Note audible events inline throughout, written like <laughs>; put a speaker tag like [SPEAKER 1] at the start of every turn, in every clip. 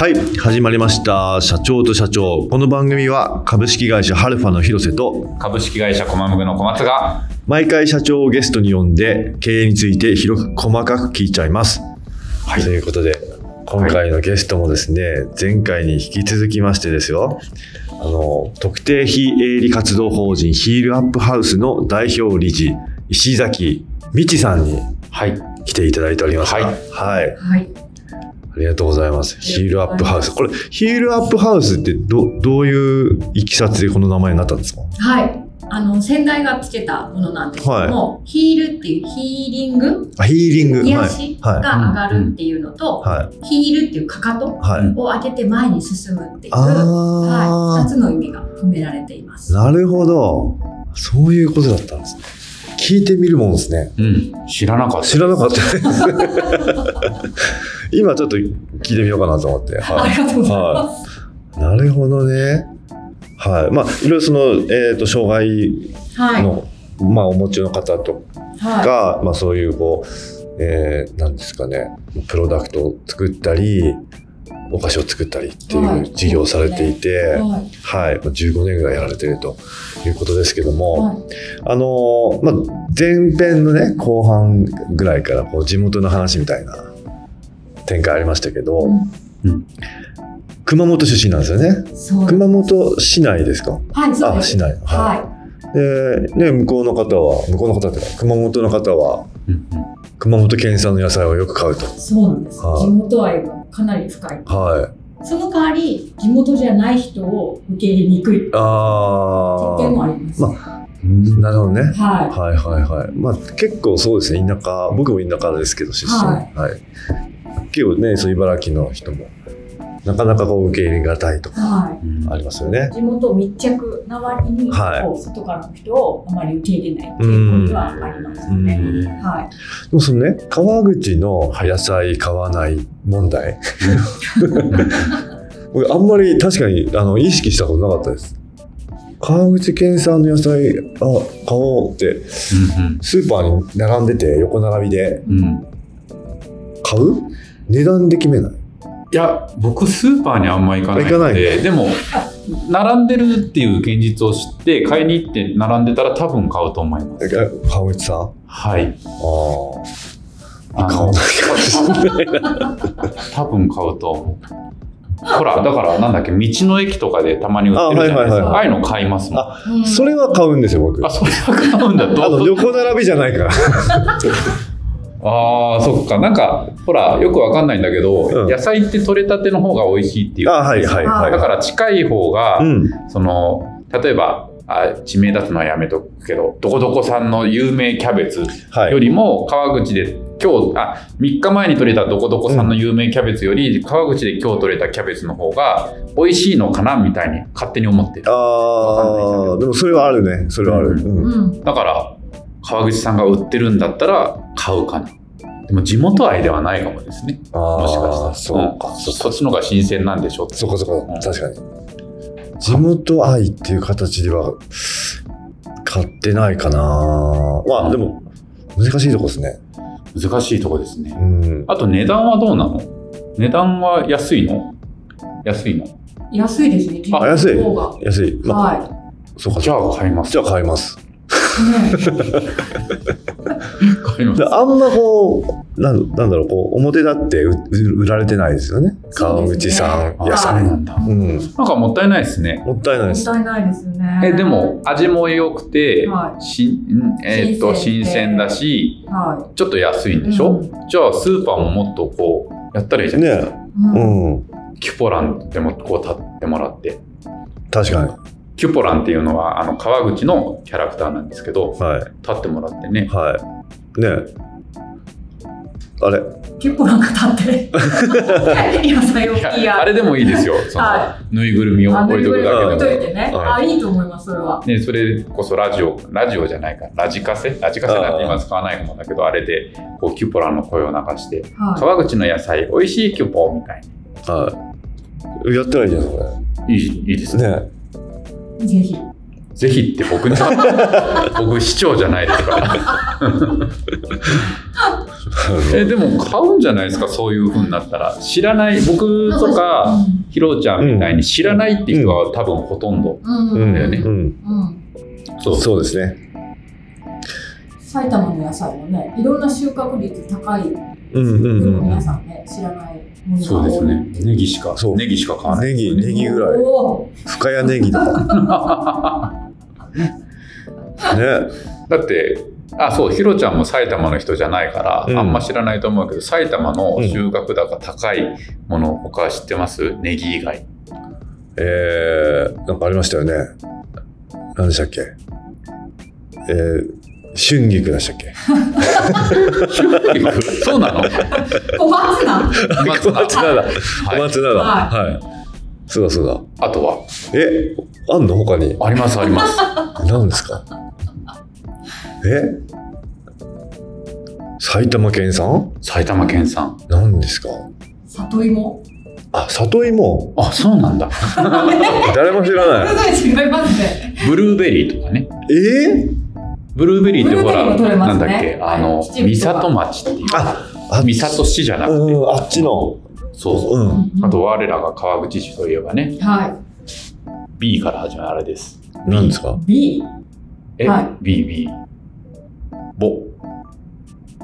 [SPEAKER 1] はい始まりました社長と社長この番組は株式会社ハルファの広瀬と
[SPEAKER 2] 株式会社コマムグの小松が
[SPEAKER 1] 毎回社長をゲストに呼んで経営について広く細かく聞いちゃいます、
[SPEAKER 2] はい
[SPEAKER 1] ということで今回のゲストもですね、前回に引き続きましてですよあの特定非営利活動法人ヒールアップハウスの代表理事石崎美智さんに
[SPEAKER 2] はい
[SPEAKER 1] 来ていただいておりますが
[SPEAKER 2] はい
[SPEAKER 1] はい
[SPEAKER 3] はい。
[SPEAKER 1] ありがとうございます。ヒールアップハウス。これ、ヒールアップハウスってど、どういういきさつでこの名前になったんですか
[SPEAKER 3] はい。あの、先代がつけたものなんですけども、ヒールっていうヒーリング、
[SPEAKER 1] あヒーリング。
[SPEAKER 3] 癒
[SPEAKER 1] はい。
[SPEAKER 3] しが上がるっていうのと、
[SPEAKER 1] はい。
[SPEAKER 3] ヒールっていうかかと
[SPEAKER 1] はい。
[SPEAKER 3] を当てて前に進むっていう、はい、
[SPEAKER 1] あ
[SPEAKER 3] 2つの意味が込められています。
[SPEAKER 1] ー、なるほど。そういうことだったんですね。聞いてみるもんですね。
[SPEAKER 2] うん知らなかった
[SPEAKER 1] 知らなかった <laughs> です。今ちょっと聞いてみようかなと思って。
[SPEAKER 3] あ
[SPEAKER 1] は
[SPEAKER 3] りがとうございます。
[SPEAKER 1] い。なるほどね。はい。まあ、いろいろその、えっ、と、障害
[SPEAKER 3] はい。
[SPEAKER 1] の、まあ、お持ちの方と
[SPEAKER 3] は
[SPEAKER 1] が、まあ、そういうこう、えーなんですかねプロダクトを作ったりお菓子を作ったりって
[SPEAKER 3] はいいう
[SPEAKER 1] 事業をされてい
[SPEAKER 3] い。
[SPEAKER 1] て、は
[SPEAKER 3] はい。
[SPEAKER 1] いまあ15年ぐらいやられているということですけども、
[SPEAKER 3] はい
[SPEAKER 1] あのーまあ、前編のね後半ぐらいからこう地元の話みたいな展開ありましたけど、
[SPEAKER 3] うん
[SPEAKER 1] 熊本出身なんですよね
[SPEAKER 3] そう
[SPEAKER 1] 熊本市内ですか
[SPEAKER 3] はい、そう
[SPEAKER 1] あ
[SPEAKER 3] で
[SPEAKER 1] 市
[SPEAKER 3] す。
[SPEAKER 1] 内は、
[SPEAKER 3] はい
[SPEAKER 1] で、ね、向こうの方は向こうの方っていうか熊本の方は
[SPEAKER 2] うんうん
[SPEAKER 1] 熊本県産の野菜をよく買うと。
[SPEAKER 3] い。そうなんです。
[SPEAKER 1] はい
[SPEAKER 3] 地元愛がかなり深い。
[SPEAKER 1] はい。
[SPEAKER 3] その代わり、地元じゃない人を受け入れにくいっていう
[SPEAKER 1] あ
[SPEAKER 3] 点もあります。
[SPEAKER 1] まあ、なるほどね。
[SPEAKER 3] はい。
[SPEAKER 1] はいはいはい。まあ結構そうですね、田舎、僕も田舎ですけど、出身。
[SPEAKER 3] は
[SPEAKER 1] はい。結構ね、そう茨城の人も、なかなかこう受け入れがたいとか
[SPEAKER 3] はい。
[SPEAKER 2] うん
[SPEAKER 1] ありますよね。
[SPEAKER 3] 地元密着な割に、
[SPEAKER 1] はい
[SPEAKER 3] こう外からの人をあまり受け入れない傾向にはあります
[SPEAKER 1] う
[SPEAKER 3] ね。
[SPEAKER 1] ん
[SPEAKER 3] は
[SPEAKER 1] でもそのね、川口の野菜買わない問題。僕あんまり確かにあの意識したことなかったです。川口県産の野菜、あ、買おうって、スーパーに並んでて、横並びで、
[SPEAKER 2] うんうん
[SPEAKER 1] 買う値段で決めない
[SPEAKER 2] いや僕スーパーにあんま行かない
[SPEAKER 1] 行か
[SPEAKER 2] の
[SPEAKER 1] ないん
[SPEAKER 2] ででも並んでるっていう現実を知って買いに行って並んでたら多分買うと思います
[SPEAKER 1] あ川口さんあ
[SPEAKER 2] はい
[SPEAKER 1] あ
[SPEAKER 2] あ
[SPEAKER 1] 買わ
[SPEAKER 2] の
[SPEAKER 1] ないかもしれない
[SPEAKER 2] 多分買うと思うほらだからなんだっけ道の駅とかでたまに売ってるじゃないです
[SPEAKER 1] あはいはいはいは
[SPEAKER 2] か
[SPEAKER 1] い
[SPEAKER 2] ああいうの買いますもん
[SPEAKER 1] あ
[SPEAKER 3] い。
[SPEAKER 1] それは買うんですよ僕
[SPEAKER 2] あそれは買うんだ
[SPEAKER 1] あ
[SPEAKER 2] ど
[SPEAKER 1] の
[SPEAKER 2] う
[SPEAKER 1] 横並びじゃないから
[SPEAKER 2] ああそっかなんかほらよくわかんないんだけど、
[SPEAKER 1] うん
[SPEAKER 2] 野菜って取れたての方が美味しいっていう
[SPEAKER 1] あはいはいはい
[SPEAKER 2] だから近い方が、
[SPEAKER 1] うん
[SPEAKER 2] その例えばあ地名出すのはやめとくけどどこどこさんの有名キャベツ
[SPEAKER 1] は
[SPEAKER 2] よ
[SPEAKER 1] い
[SPEAKER 2] りも川口で今日あ3日前に取れたどこどこさんの有名キャベツより、川口で今日取れたキャベツの方が美味しいのかなみたいに勝手に思ってるわかんないんだけ
[SPEAKER 1] あ
[SPEAKER 2] ど
[SPEAKER 1] ーでもそれはあるねそれはある、うん
[SPEAKER 3] うん。
[SPEAKER 2] だから川口さんが売ってるんだったら買うかなでも地元愛ではないかもですね
[SPEAKER 1] あ
[SPEAKER 2] もしかした
[SPEAKER 1] あ
[SPEAKER 2] ら
[SPEAKER 1] そうか、
[SPEAKER 2] んそそっちの方が新鮮なんでしょって
[SPEAKER 1] そうかそう
[SPEAKER 2] うん
[SPEAKER 1] か確かに地元愛っていう形では買ってないかなまあでも難しいとこですね
[SPEAKER 2] 難しいとこですね
[SPEAKER 1] うん
[SPEAKER 2] あと値段はどうなの値段は安いの安いの
[SPEAKER 3] 安いですね。
[SPEAKER 2] あ
[SPEAKER 1] 安い
[SPEAKER 3] 地元の方が
[SPEAKER 1] 安いまあ
[SPEAKER 3] は
[SPEAKER 1] そうか
[SPEAKER 2] じ
[SPEAKER 1] じゃ
[SPEAKER 2] ゃ
[SPEAKER 1] あ
[SPEAKER 2] あ買います
[SPEAKER 1] じゃあ買います
[SPEAKER 3] い。ね
[SPEAKER 2] 買います
[SPEAKER 1] であんまこうなんなんだろうこう表立ってう売られてないですよね川口さん、
[SPEAKER 3] そうですね
[SPEAKER 1] いや
[SPEAKER 2] あ
[SPEAKER 1] そ
[SPEAKER 2] そうう
[SPEAKER 3] は
[SPEAKER 2] なん
[SPEAKER 1] <laughs>
[SPEAKER 2] だ
[SPEAKER 1] うん
[SPEAKER 2] なんかもったいないですね
[SPEAKER 1] もったいないで
[SPEAKER 3] もっ
[SPEAKER 1] す
[SPEAKER 3] たいないですね。
[SPEAKER 2] えでも。味も良くて、
[SPEAKER 3] は
[SPEAKER 2] しんえー、と新
[SPEAKER 3] 新鮮
[SPEAKER 2] 鮮
[SPEAKER 3] で
[SPEAKER 2] だし
[SPEAKER 3] は
[SPEAKER 2] ちょっと安いんでしょ、じゃあスーパーももっとこうやったらいいじゃん、
[SPEAKER 1] ね
[SPEAKER 3] い。うん
[SPEAKER 1] うん
[SPEAKER 2] キュポランでもこう立ってもらって
[SPEAKER 1] 確かに
[SPEAKER 2] キュポランっていうのはあの川口のキャラクターなんですけど
[SPEAKER 1] は
[SPEAKER 2] 立ってもらってね
[SPEAKER 1] いはいねあれ
[SPEAKER 3] 結構なんか立
[SPEAKER 1] <laughs>
[SPEAKER 3] って。野菜を
[SPEAKER 2] い
[SPEAKER 3] ピ
[SPEAKER 2] や
[SPEAKER 3] ア。
[SPEAKER 2] あれでもいいですよその、
[SPEAKER 3] は
[SPEAKER 2] ぬいぐるみを
[SPEAKER 3] あの
[SPEAKER 2] 置いとくだ
[SPEAKER 3] 置
[SPEAKER 2] け
[SPEAKER 3] い
[SPEAKER 2] で
[SPEAKER 3] といてね。
[SPEAKER 1] は
[SPEAKER 3] あ、いいと思います。それは。
[SPEAKER 2] も、ね、それこそラジオラジオじゃないかラジカセラジカセなんて今使わないかもだけどあれでこうキュポラの声を流して
[SPEAKER 3] は
[SPEAKER 2] 川口の野菜美味しいキュポみたい
[SPEAKER 1] はいやったらいいじゃんこ
[SPEAKER 2] ないいいいです
[SPEAKER 1] れ
[SPEAKER 2] ね
[SPEAKER 1] ね
[SPEAKER 3] い。ぜひ。
[SPEAKER 2] ぜひって <laughs> 僕に僕市長じゃないですからえでも買うんじゃないですかそういうふうになったら知らない僕とかひろちゃんみたいに知らないっていう人は多分ほとんど
[SPEAKER 4] うんうん
[SPEAKER 1] うん
[SPEAKER 2] だよね
[SPEAKER 1] うん
[SPEAKER 4] うん
[SPEAKER 2] そう
[SPEAKER 1] そうですね。
[SPEAKER 3] 埼玉の野菜もね、いろんな収穫率高いけど、
[SPEAKER 1] うんうんうんうん
[SPEAKER 3] 皆。さんね、知らないものが
[SPEAKER 2] そう
[SPEAKER 3] 多い
[SPEAKER 2] ですねネギしか
[SPEAKER 1] そう
[SPEAKER 2] ネギしか買わ <laughs> ない
[SPEAKER 1] ネギ、ネギぐらい。
[SPEAKER 3] おー
[SPEAKER 1] 深谷ネギとか。ね。
[SPEAKER 2] だってあそうひろちゃんも埼玉の人じゃないから、
[SPEAKER 1] うん
[SPEAKER 2] あんま知らないと思うけど埼玉の収穫高高いもの他は知ってますネギ以
[SPEAKER 3] <laughs>
[SPEAKER 2] 外
[SPEAKER 1] えー、なんかありましたよね。何でしたっけえー、春菊でしたっけ
[SPEAKER 2] そう
[SPEAKER 3] <laughs>
[SPEAKER 2] なの
[SPEAKER 3] 小松菜
[SPEAKER 2] 松菜
[SPEAKER 1] 小松菜だ。小松菜だ。
[SPEAKER 3] は
[SPEAKER 1] はい。そうだそうだ。
[SPEAKER 2] あとは
[SPEAKER 1] え、あんの他に。
[SPEAKER 2] ありますあります
[SPEAKER 1] 何ですかえ埼玉県産
[SPEAKER 2] 埼玉県産
[SPEAKER 1] 何ですか
[SPEAKER 3] 里芋
[SPEAKER 1] あ、里芋。
[SPEAKER 2] あそうなんだ
[SPEAKER 1] 誰も知らない。
[SPEAKER 3] 全然違いますね。
[SPEAKER 2] ブルーベリーとかね
[SPEAKER 1] えー、
[SPEAKER 2] ブルーベリーってほら、
[SPEAKER 3] ブルーベリーも取れま
[SPEAKER 2] な
[SPEAKER 3] す
[SPEAKER 2] ん
[SPEAKER 3] ね
[SPEAKER 2] だっけあの
[SPEAKER 3] はい
[SPEAKER 2] 三里町っていう
[SPEAKER 1] あ、あっ
[SPEAKER 2] 三
[SPEAKER 1] ち
[SPEAKER 2] 里市じゃなくて、
[SPEAKER 1] うん、あっちの。
[SPEAKER 2] そう
[SPEAKER 1] う
[SPEAKER 3] うん
[SPEAKER 1] ん。
[SPEAKER 3] うん
[SPEAKER 2] あと我らが川口市といえばね
[SPEAKER 3] は
[SPEAKER 2] B から始まるあれです
[SPEAKER 1] 何ですか
[SPEAKER 3] い。B。
[SPEAKER 2] え、
[SPEAKER 3] はい
[SPEAKER 2] BB ボ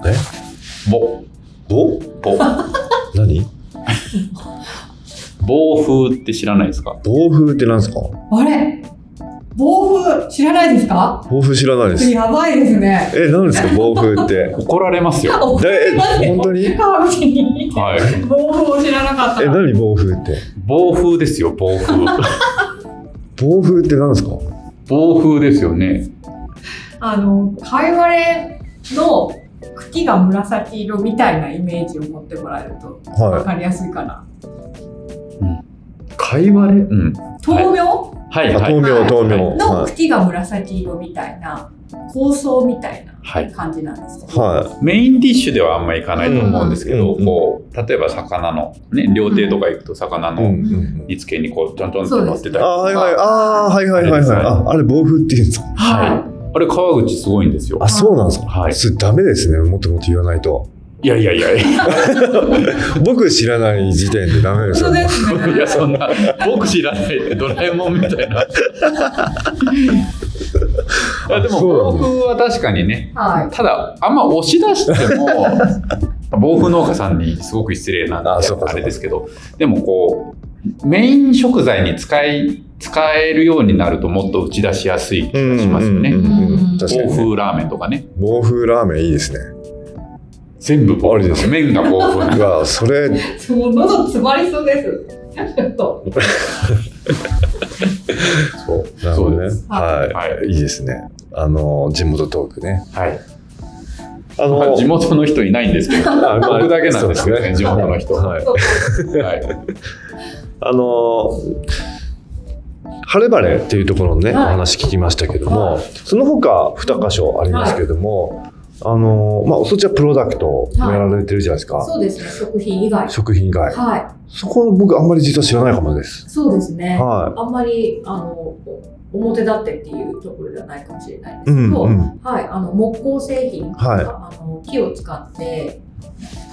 [SPEAKER 1] え
[SPEAKER 2] ボ
[SPEAKER 1] ぼ
[SPEAKER 2] ボ
[SPEAKER 3] <laughs>
[SPEAKER 1] 何
[SPEAKER 2] 暴風って知らないですか
[SPEAKER 1] 暴風って何ですか
[SPEAKER 3] あれ暴風知らないですか
[SPEAKER 1] 暴風知らないです。
[SPEAKER 3] やばいですね。
[SPEAKER 1] え、何ですか暴風って。
[SPEAKER 2] 怒られますよ
[SPEAKER 3] <laughs> お
[SPEAKER 1] だえ、本当にえ、
[SPEAKER 3] 川口に
[SPEAKER 2] はい
[SPEAKER 3] 暴風を知らなかったら。
[SPEAKER 1] 何暴風って。
[SPEAKER 2] 暴風ですよ暴
[SPEAKER 3] <laughs>
[SPEAKER 2] 風
[SPEAKER 1] 暴風って何ですか
[SPEAKER 2] 暴風ですよね
[SPEAKER 3] あの、カイワレの茎が紫色みたいなイメージを持ってもらえると分
[SPEAKER 1] は。
[SPEAKER 3] かりやすいかな。
[SPEAKER 2] 会話れうん
[SPEAKER 3] 豆苗、
[SPEAKER 2] はいい
[SPEAKER 1] あ、
[SPEAKER 2] は
[SPEAKER 1] 豆
[SPEAKER 2] い
[SPEAKER 1] 苗、豆苗。
[SPEAKER 3] の
[SPEAKER 1] は
[SPEAKER 3] 茎が紫色みたいな構想みたいな
[SPEAKER 2] はい
[SPEAKER 3] 感じなんですけ
[SPEAKER 1] い。
[SPEAKER 3] ど、
[SPEAKER 1] は
[SPEAKER 2] メインディッシュではあんまりいかないと思うんですけど、
[SPEAKER 1] うんうん
[SPEAKER 2] こう例えば魚のね料亭とか行くと魚
[SPEAKER 1] い。うん
[SPEAKER 2] の
[SPEAKER 1] うん。
[SPEAKER 2] 煮付けにこうちょんちょんって乗ってたり
[SPEAKER 1] あ、はいはい。
[SPEAKER 2] あ
[SPEAKER 1] あー、はいはいはいはい。あ、あれ暴風って言うんですか
[SPEAKER 3] は
[SPEAKER 2] あれ川口すごいんですよ
[SPEAKER 1] あ、そうなんですか
[SPEAKER 2] はい
[SPEAKER 1] それダメですね。もっともっと言わない <laughs> と。
[SPEAKER 2] いやいやいやいや
[SPEAKER 1] 僕知らない時点でダメです
[SPEAKER 3] そ
[SPEAKER 1] よ。
[SPEAKER 3] う
[SPEAKER 1] もう
[SPEAKER 3] ですね。
[SPEAKER 2] いやそんな僕知らないってドラえもんみたい <laughs> ないやでも
[SPEAKER 1] そうなん
[SPEAKER 2] 暴
[SPEAKER 1] だ
[SPEAKER 2] 風は確かにね
[SPEAKER 3] は
[SPEAKER 2] ただあんま押し出しても暴風農家さんにすごく失礼な
[SPEAKER 1] あ
[SPEAKER 2] あ
[SPEAKER 1] そうかそうか
[SPEAKER 2] れですけどでもこうメイン食材に使い使えるようになるともっと打ち出しやすい気がしますよね、
[SPEAKER 1] うんうんうんうん確か
[SPEAKER 2] 暴
[SPEAKER 1] にね。
[SPEAKER 2] 風ラーメンとかね
[SPEAKER 1] 暴風ラーメンいいですね。
[SPEAKER 2] 全部暴風です麺が暴風な
[SPEAKER 1] うわ、それ、
[SPEAKER 3] い。もう喉詰まりそうです。ちょっと。
[SPEAKER 1] そう。なるほどね。
[SPEAKER 2] はい
[SPEAKER 1] はい。いいですね。あの、地元トークね。
[SPEAKER 2] はい、
[SPEAKER 1] あ
[SPEAKER 2] ま
[SPEAKER 1] の
[SPEAKER 2] あ、地元の人いないんですけど
[SPEAKER 1] あまあ
[SPEAKER 2] 僕だけなんですけど
[SPEAKER 1] そう
[SPEAKER 2] ね地元の人は
[SPEAKER 1] はい
[SPEAKER 3] そう
[SPEAKER 2] い
[SPEAKER 1] あの晴れ晴れっていうところのね、
[SPEAKER 3] はい
[SPEAKER 1] お話聞きましたけども、
[SPEAKER 3] は
[SPEAKER 1] その他2箇所ありますけども、あのまあ、そっちはプロダクトをやられてるじゃないですか、
[SPEAKER 3] そうですね。食品以外。
[SPEAKER 1] 食品以外、
[SPEAKER 3] は
[SPEAKER 1] そこ僕あんまり実は知らないかもです
[SPEAKER 3] い。そうですね。
[SPEAKER 1] は
[SPEAKER 3] あんまりあの表立ってっていうところではないかもしれないん
[SPEAKER 1] い
[SPEAKER 3] で
[SPEAKER 1] う
[SPEAKER 3] すけ
[SPEAKER 1] ん
[SPEAKER 3] ど、
[SPEAKER 1] うん
[SPEAKER 3] はい、あの木工製品、
[SPEAKER 1] はい
[SPEAKER 3] あの木を使って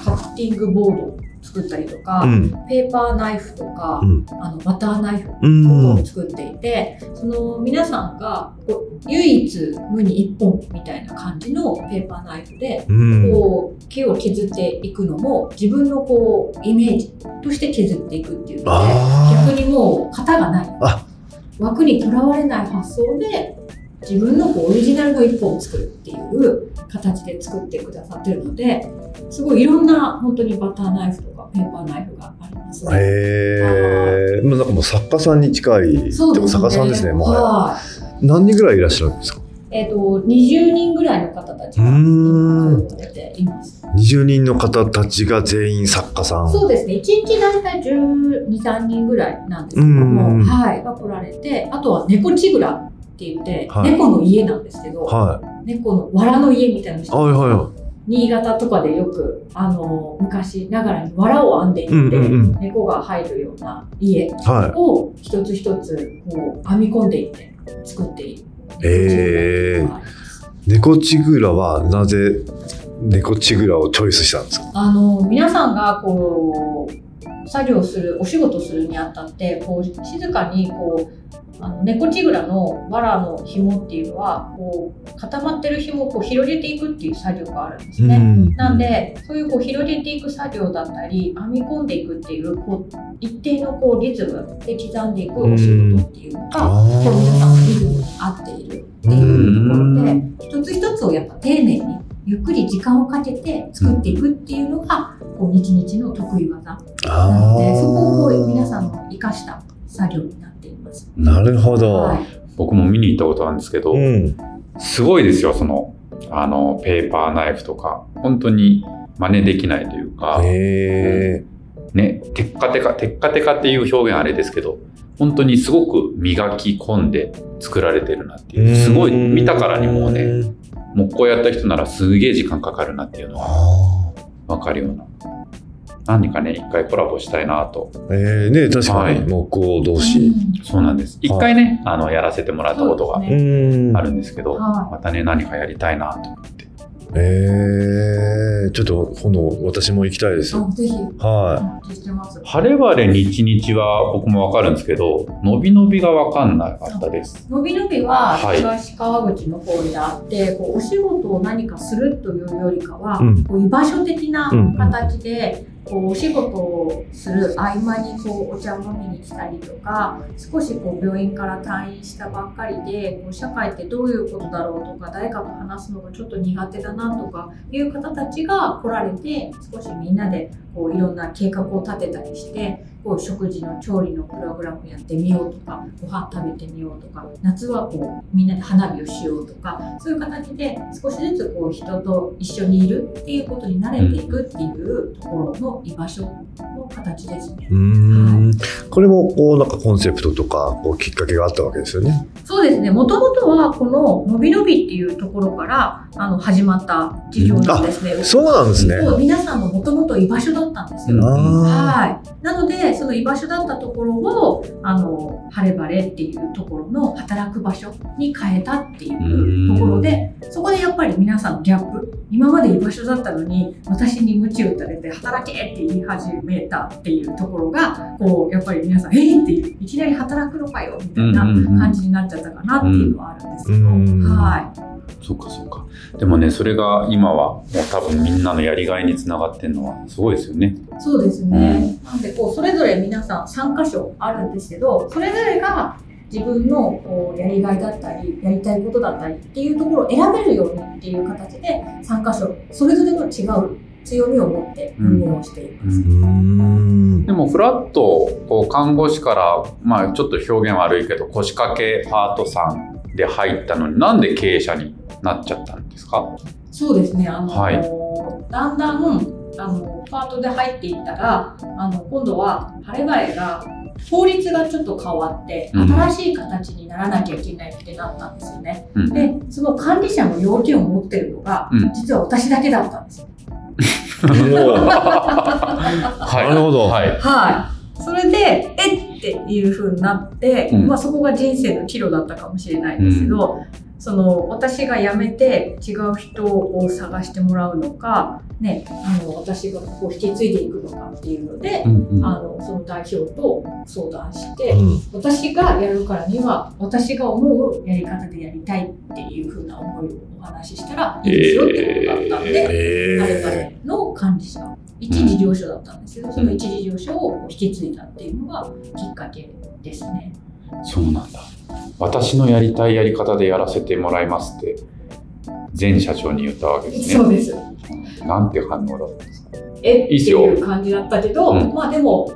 [SPEAKER 3] カッティングボードを作ったりとか、
[SPEAKER 1] うん
[SPEAKER 3] ペーパーナイフとか、
[SPEAKER 1] うん
[SPEAKER 3] あのバターナイフ
[SPEAKER 1] うん
[SPEAKER 3] を作っていて、その皆さんがこう唯一無二一本みたいな感じのペーパーナイフで。
[SPEAKER 1] うん
[SPEAKER 3] こう木を削っていくのも自分のこうイメージとして削っていくっていうので
[SPEAKER 1] あ
[SPEAKER 3] 逆にもう型がない
[SPEAKER 1] あ
[SPEAKER 3] 枠にとらわれない発想で自分のこうオリジナルの一本を作るっていう形で作ってくださってるのですごいいろんな本当にバターナイフとかペーパーナイフがあります
[SPEAKER 1] あへえもうなんかもう作家さんに近い
[SPEAKER 3] そうですね
[SPEAKER 1] 作家さんですねもはや
[SPEAKER 3] はい
[SPEAKER 1] 何人ぐらいいらっしゃるんですか
[SPEAKER 3] えっ、と20人ぐらいの方たち
[SPEAKER 1] う
[SPEAKER 3] が
[SPEAKER 1] ーん
[SPEAKER 3] 通われています
[SPEAKER 1] 20人の方たちが全員作家さん
[SPEAKER 3] そうですね1日大体123人ぐらいなんですけど
[SPEAKER 1] うんうんう
[SPEAKER 3] も
[SPEAKER 1] ん
[SPEAKER 3] はいが来られてあとは猫ちぐらって言って、
[SPEAKER 1] はい
[SPEAKER 3] 猫の家なんですけど、
[SPEAKER 1] はい
[SPEAKER 3] 猫の藁の家みたいな人
[SPEAKER 1] はいはいは
[SPEAKER 3] 新潟とかでよくあの昔ながらに藁を編んでいって、
[SPEAKER 1] うんうんうん
[SPEAKER 3] 猫が入るような家
[SPEAKER 1] いはい
[SPEAKER 3] を一つ一つこう編み込んでいって作っている。
[SPEAKER 1] へー猫ちぐらはなぜ猫ちぐらをチョイスしたんですか
[SPEAKER 3] あの皆さんがこう作業するお仕事するにあたってこう静かにこうあの猫ちぐらのわらの紐っていうのはこう固まってる紐をこう広げていくっていう作業があるんですね。
[SPEAKER 1] ん
[SPEAKER 3] なんでそういうこう広げていく作業だったり編み込んでいくっていうこう一定のこうリズムで刻んでいくお仕事っていうのがこ
[SPEAKER 1] あ
[SPEAKER 3] う皆さんのリズムに合っているっていうところで一つ一つをやっぱ丁寧にゆっくり時間をかけて作っていくっていうのがこう日々の得意技なのでそこをこう皆さんの生かした作業になっています。
[SPEAKER 1] なるほど、
[SPEAKER 3] はい
[SPEAKER 2] 僕も見に行ったことあるんですけど、
[SPEAKER 1] うん
[SPEAKER 2] すごいですよ、その、あの、ペーパーナイフとか、本当に真似できないというか、
[SPEAKER 1] へえ
[SPEAKER 2] ね、テッカテカ、テッカテカっていう表現あれですけど、本当にすごく磨き込んで作られてるなっていう、すごい見たからにもうね、木工やった人ならすげえ時間かかるなっていうのは
[SPEAKER 1] あ
[SPEAKER 2] わかるような。何かね、一回コラボしたいなと。
[SPEAKER 1] ーえー、ね確か
[SPEAKER 2] は
[SPEAKER 1] に
[SPEAKER 2] い
[SPEAKER 1] 木工同
[SPEAKER 3] う
[SPEAKER 1] 士、
[SPEAKER 3] ん
[SPEAKER 2] そうなんです。一回ね、あの、やらせてもらったことが
[SPEAKER 3] そうですね
[SPEAKER 1] うん
[SPEAKER 2] あるんですけど、
[SPEAKER 3] は
[SPEAKER 2] またね、何かやりたいなと思って。
[SPEAKER 1] えー、ちょっと今度私も行きたいです
[SPEAKER 3] あぜひお
[SPEAKER 1] は
[SPEAKER 3] 待ちしてます。
[SPEAKER 2] 晴れ晴れ日日は僕もわかるんですけど、伸び伸びがわかんなかったです。
[SPEAKER 3] のびのびは
[SPEAKER 2] はい
[SPEAKER 3] 東川口の方であって、こうお仕事を何かするというよりかは、
[SPEAKER 1] うん
[SPEAKER 3] こう居場所的な
[SPEAKER 1] うん
[SPEAKER 3] 形で、こうお仕事をする合間にこうお茶を飲みに来たりとか少しこう病院から退院したばっかりでこう社会ってどういうことだろうとか誰かと話すのがちょっと苦手だなとかいう方たちが来られて少しみんなでこういろんな計画を立てたりしてこう食事の調理のプログラムやってみようとかご飯食べてみようとか夏はこうみんなで花火をしようとかそういう形で少しずつこう人と一緒にいるっていうことに慣れていくっていうところの居場所の形ですね。
[SPEAKER 1] いうんこれもこうなんかコンセプトとかこうきっかけがあったわけですよね
[SPEAKER 3] そうですねもともとはこの「のびのび」っていうところからあの始まった事業なんですね。
[SPEAKER 1] そうなんですね
[SPEAKER 3] そう皆さんのもともと居場所だったんですよ。
[SPEAKER 1] あ
[SPEAKER 3] はい、なのでその居場所だったところをあの晴れ晴れっていうところの働く場所に変えたっていうところでそこでやっぱり皆さんのギャップ今まで居場所だったのに私に鞭打たれて働けって言い始めたっていうところがこうやっぱり皆さん「えーっていういきなり働くのかよみたいな感じになっちゃったかなっていうのはあるんですけど、
[SPEAKER 1] うん
[SPEAKER 3] は
[SPEAKER 2] そうかそうか。でもね、それが今はもう多分みんなのやりがいにつながってるのはすごいですよね。
[SPEAKER 3] い、そうですね、なんでこうそれぞれ皆さん3箇所あるんですけどそれぞれが自分のこうやりがいだったりやりたいことだったりっていうところを選べるようにっていう形で3箇所それぞれの違う強みを持って運用しています。
[SPEAKER 1] うん
[SPEAKER 2] でもフラッとこう看護師から、まあちょっと表現悪いけど、腰掛けパートさんで入ったのになんで経営者になっちゃったんですか
[SPEAKER 3] そうですね。あの、
[SPEAKER 2] はい
[SPEAKER 3] だんだんあのパートで入っていったら、あの今度は晴れ晴れが法律がちょっと変わって
[SPEAKER 2] うん
[SPEAKER 3] 新しい形にならなきゃいけないってなったんですよね。
[SPEAKER 2] うん
[SPEAKER 3] で、その管理者の要件を持ってるのが、
[SPEAKER 2] うん
[SPEAKER 3] 実は私だけだったんですよ。
[SPEAKER 1] おー
[SPEAKER 2] はい
[SPEAKER 1] なるほど
[SPEAKER 2] はい。
[SPEAKER 3] はい。それでえっていう風になって、
[SPEAKER 2] うん
[SPEAKER 3] まあそこが人生の岐路だったかもしれないんですけど、その私が辞めて違う人を探してもらうのか、ね、あの私がここを引き継いでいくのかっていうので、
[SPEAKER 2] うんうん
[SPEAKER 3] あのその代表と相談して、
[SPEAKER 1] うん
[SPEAKER 3] 私がやるからには私が思うやり方でやりたいっていう風な思いをお話ししたらいいですよってことだったんで。あれ
[SPEAKER 1] ええ
[SPEAKER 3] の管理者一事業所だったんですけどその一事業所を引き継いだっていうのがきっかけですね。
[SPEAKER 2] そうなんだ。私のやりたいやり方でやらせてもらいますって、前社長に言ったわけですね。
[SPEAKER 3] うです
[SPEAKER 2] なんて反応だったんですか
[SPEAKER 3] えって
[SPEAKER 2] いいっすよ
[SPEAKER 3] いう感じだったけど、
[SPEAKER 2] うん
[SPEAKER 3] まあでも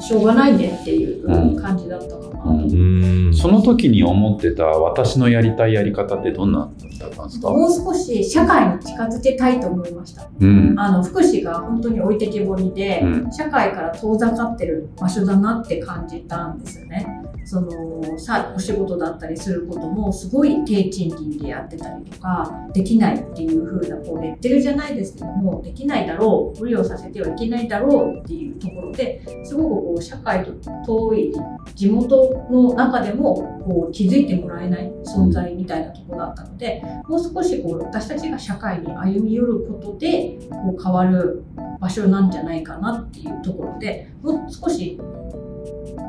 [SPEAKER 3] しょうがないねっていう
[SPEAKER 2] うん
[SPEAKER 3] 感じだったかな。
[SPEAKER 2] うん
[SPEAKER 1] うん
[SPEAKER 2] その時に思ってた私のやりたいやり方ってどんなだったんですか
[SPEAKER 3] もう少し社会に近づけたいと思いました。
[SPEAKER 2] うん。
[SPEAKER 3] あの福祉が本当に置いてけぼりで、
[SPEAKER 2] うん
[SPEAKER 3] 社会から遠ざかってる場所だなって感じたんですよね。
[SPEAKER 5] そのさお仕事だったりすることもすごい低賃金でやってたりとかできないっていう風なこうレッテルじゃないですけどもできないだろう無理をさせてはいけないだろうっていうところですごくこう社会と遠い地元の中でもこう気づいてもらえない存在みたいなとこだったのでもう少しこう私たちが社会に歩み寄ることでこう変わる場所なんじゃないかなっていうところでもう少し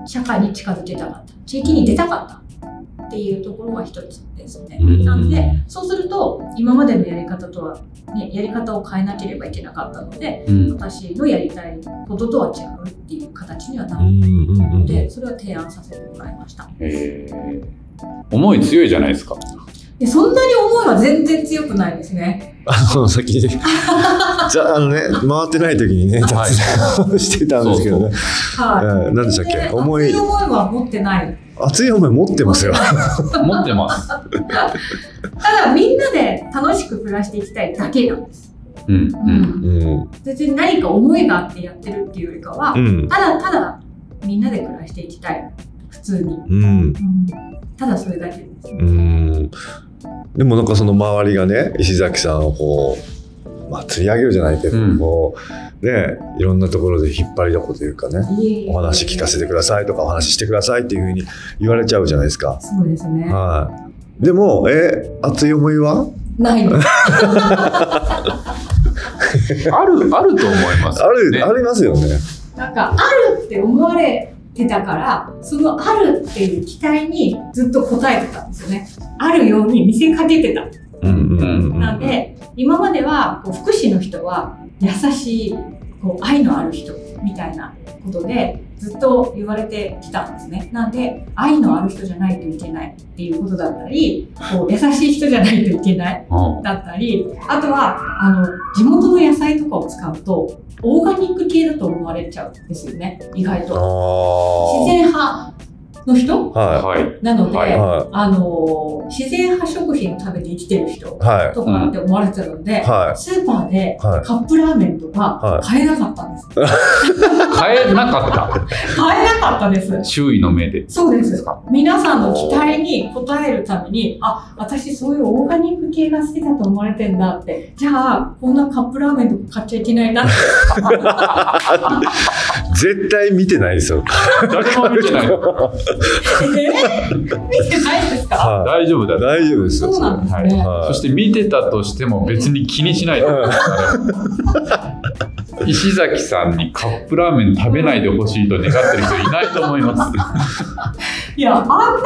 [SPEAKER 5] 社会に近づけたかった地域に出たかったっていうところが一つですね。なんでそうすると今までのやり方とは、ね、やり方を変えなければいけなかったので、
[SPEAKER 2] うん
[SPEAKER 5] 私のやりたいこととは違うっていう形にはな
[SPEAKER 1] う
[SPEAKER 5] る
[SPEAKER 1] んうんうん
[SPEAKER 5] のでそれを提案させてもらいました。
[SPEAKER 2] え思い強いじゃないですか。
[SPEAKER 5] でそんなに思いは全然強くないですね。
[SPEAKER 1] あの先にじゃああのね回ってない時にね雑談してたんですけどね
[SPEAKER 5] はい。
[SPEAKER 1] うん何でしたっ
[SPEAKER 5] 全
[SPEAKER 1] け
[SPEAKER 5] 然
[SPEAKER 1] 思い
[SPEAKER 5] 熱思いは持ってない。
[SPEAKER 1] 熱い思い持ってますよ
[SPEAKER 2] 持ってます。
[SPEAKER 5] ただみんなで楽しく暮らしていきたいだけなんです。
[SPEAKER 2] うんうん。
[SPEAKER 1] うん
[SPEAKER 5] 別に何か思いがあってやってるっていうよりかは、
[SPEAKER 1] うん
[SPEAKER 5] ただただみんなで暮らしていきたい普通に、
[SPEAKER 1] うん
[SPEAKER 5] ただそれだけです、
[SPEAKER 1] うんでもなんかその周りがね石崎さんをこうまあ釣り上げるじゃないけど、
[SPEAKER 2] うん
[SPEAKER 1] こうねいろんなところで引っ張りだこというかねお話聞かせてくだ
[SPEAKER 5] さ
[SPEAKER 1] さいとかお話ししてくださいっていうふうに言われちゃうじゃないですか
[SPEAKER 5] いそうですね
[SPEAKER 1] はい。でも、え、熱い思いは
[SPEAKER 5] ないです
[SPEAKER 2] あるあると思います。
[SPEAKER 1] ある、
[SPEAKER 2] ね
[SPEAKER 1] ありますよね。
[SPEAKER 3] なんかあるって思われてたからそのあるっていう期待にずっと応えてたんですよねあるように見せかけてた
[SPEAKER 1] うんうんうん
[SPEAKER 3] なんで、今まではこう福祉の人は優しいこう愛のある人みたいなことでずっと言われてきたんですねなんで愛のある人じゃないといけないっていうことだったりこう優しい人じゃないといけない
[SPEAKER 2] うん
[SPEAKER 3] だったりあとはあの地元の野菜とかを使うとオーガニック系だと思われちゃうんですよね意外
[SPEAKER 1] あ
[SPEAKER 3] と自
[SPEAKER 1] あ。
[SPEAKER 3] 然派の人
[SPEAKER 1] は。
[SPEAKER 2] はい。
[SPEAKER 3] なので、
[SPEAKER 2] はい
[SPEAKER 1] は
[SPEAKER 3] あの自然派食品を食べて生きてる人
[SPEAKER 1] い。はい。
[SPEAKER 3] とかって思われてたので、
[SPEAKER 1] は
[SPEAKER 3] スーパーで
[SPEAKER 1] い。はい。
[SPEAKER 3] カップラーメンとか
[SPEAKER 1] は
[SPEAKER 3] 買えなかったんです。
[SPEAKER 2] 変えなかっ
[SPEAKER 3] 買えなかったです
[SPEAKER 2] た。。周囲の目で。
[SPEAKER 3] そうで
[SPEAKER 2] ですす。か。
[SPEAKER 3] 皆さんの期待に応えるために、あ、私そういうオーガニック系が好きだと思われてんだって、じゃあ、こんなカップラーメンとか買っちゃいけないなって。
[SPEAKER 1] 絶対見てないですよ。
[SPEAKER 2] 誰も見てない。
[SPEAKER 3] <laughs> 見てないですか
[SPEAKER 1] は
[SPEAKER 2] 大丈夫
[SPEAKER 1] い。
[SPEAKER 2] だ。
[SPEAKER 1] 大丈夫です
[SPEAKER 3] そ
[SPEAKER 1] よ。
[SPEAKER 3] う
[SPEAKER 1] それ
[SPEAKER 3] なんですね。
[SPEAKER 1] はい
[SPEAKER 2] そして見てたとしても別に気にしないで。石崎さんにカップラーメン食べないでほしいと願ってる人いないと思います。
[SPEAKER 3] いや、あんな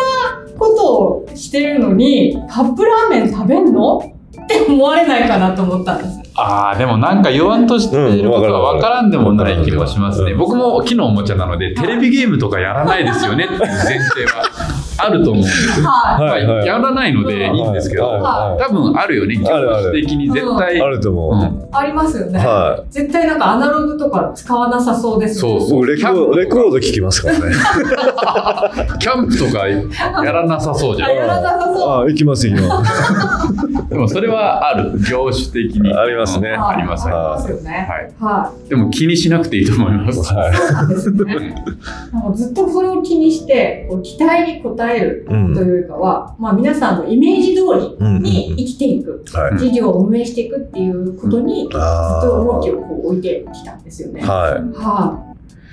[SPEAKER 3] ことをしてるのに、カップラーメン食べんのって思われないかなと思ったんです。
[SPEAKER 2] <laughs> ああでもなんか言わんとしていることは分からんでもない気もしますね、
[SPEAKER 1] うん
[SPEAKER 2] 僕も木のおもちゃなのでテレビゲームとかやらないですよねっていう前提はあると思うんです
[SPEAKER 3] は
[SPEAKER 1] はい。はい。
[SPEAKER 2] やらないのでいいんですけ
[SPEAKER 1] はい
[SPEAKER 2] ど
[SPEAKER 1] はい
[SPEAKER 2] 多分あるよね
[SPEAKER 1] あるあ
[SPEAKER 2] 逆
[SPEAKER 1] る
[SPEAKER 2] 的に絶対
[SPEAKER 1] あると
[SPEAKER 2] う
[SPEAKER 1] 思
[SPEAKER 2] ん
[SPEAKER 3] い。ありますよ
[SPEAKER 1] う。
[SPEAKER 3] ね。
[SPEAKER 1] は
[SPEAKER 3] 絶対なんかアナログとか使わなさそうですよね
[SPEAKER 2] そう
[SPEAKER 1] い。僕レコード、レコード聞きますからね。
[SPEAKER 2] キャンプとかやらなさそうじゃ
[SPEAKER 3] あ
[SPEAKER 2] ん
[SPEAKER 3] やらなさそう
[SPEAKER 1] ああ、行きます、行きます。
[SPEAKER 2] でもそれはある業種的に
[SPEAKER 1] ありますね
[SPEAKER 2] うんありますね
[SPEAKER 1] は
[SPEAKER 2] は
[SPEAKER 3] ありますよね。
[SPEAKER 2] い
[SPEAKER 3] は。
[SPEAKER 2] でも気にしなくていいと思います
[SPEAKER 1] はい
[SPEAKER 3] そうなんですね。
[SPEAKER 2] い
[SPEAKER 3] なんかずっとそれを気にして、こう期待に応える
[SPEAKER 1] い。う
[SPEAKER 3] と
[SPEAKER 1] ん。はい。
[SPEAKER 3] いうよりかは、まあ皆さんのイメージ通りに生きていく、
[SPEAKER 2] うん
[SPEAKER 3] 事業を運営していくっていうことに、ずっ
[SPEAKER 1] あ
[SPEAKER 3] と重き
[SPEAKER 1] あ。
[SPEAKER 3] をこう置いてきたんですよね。は。
[SPEAKER 1] は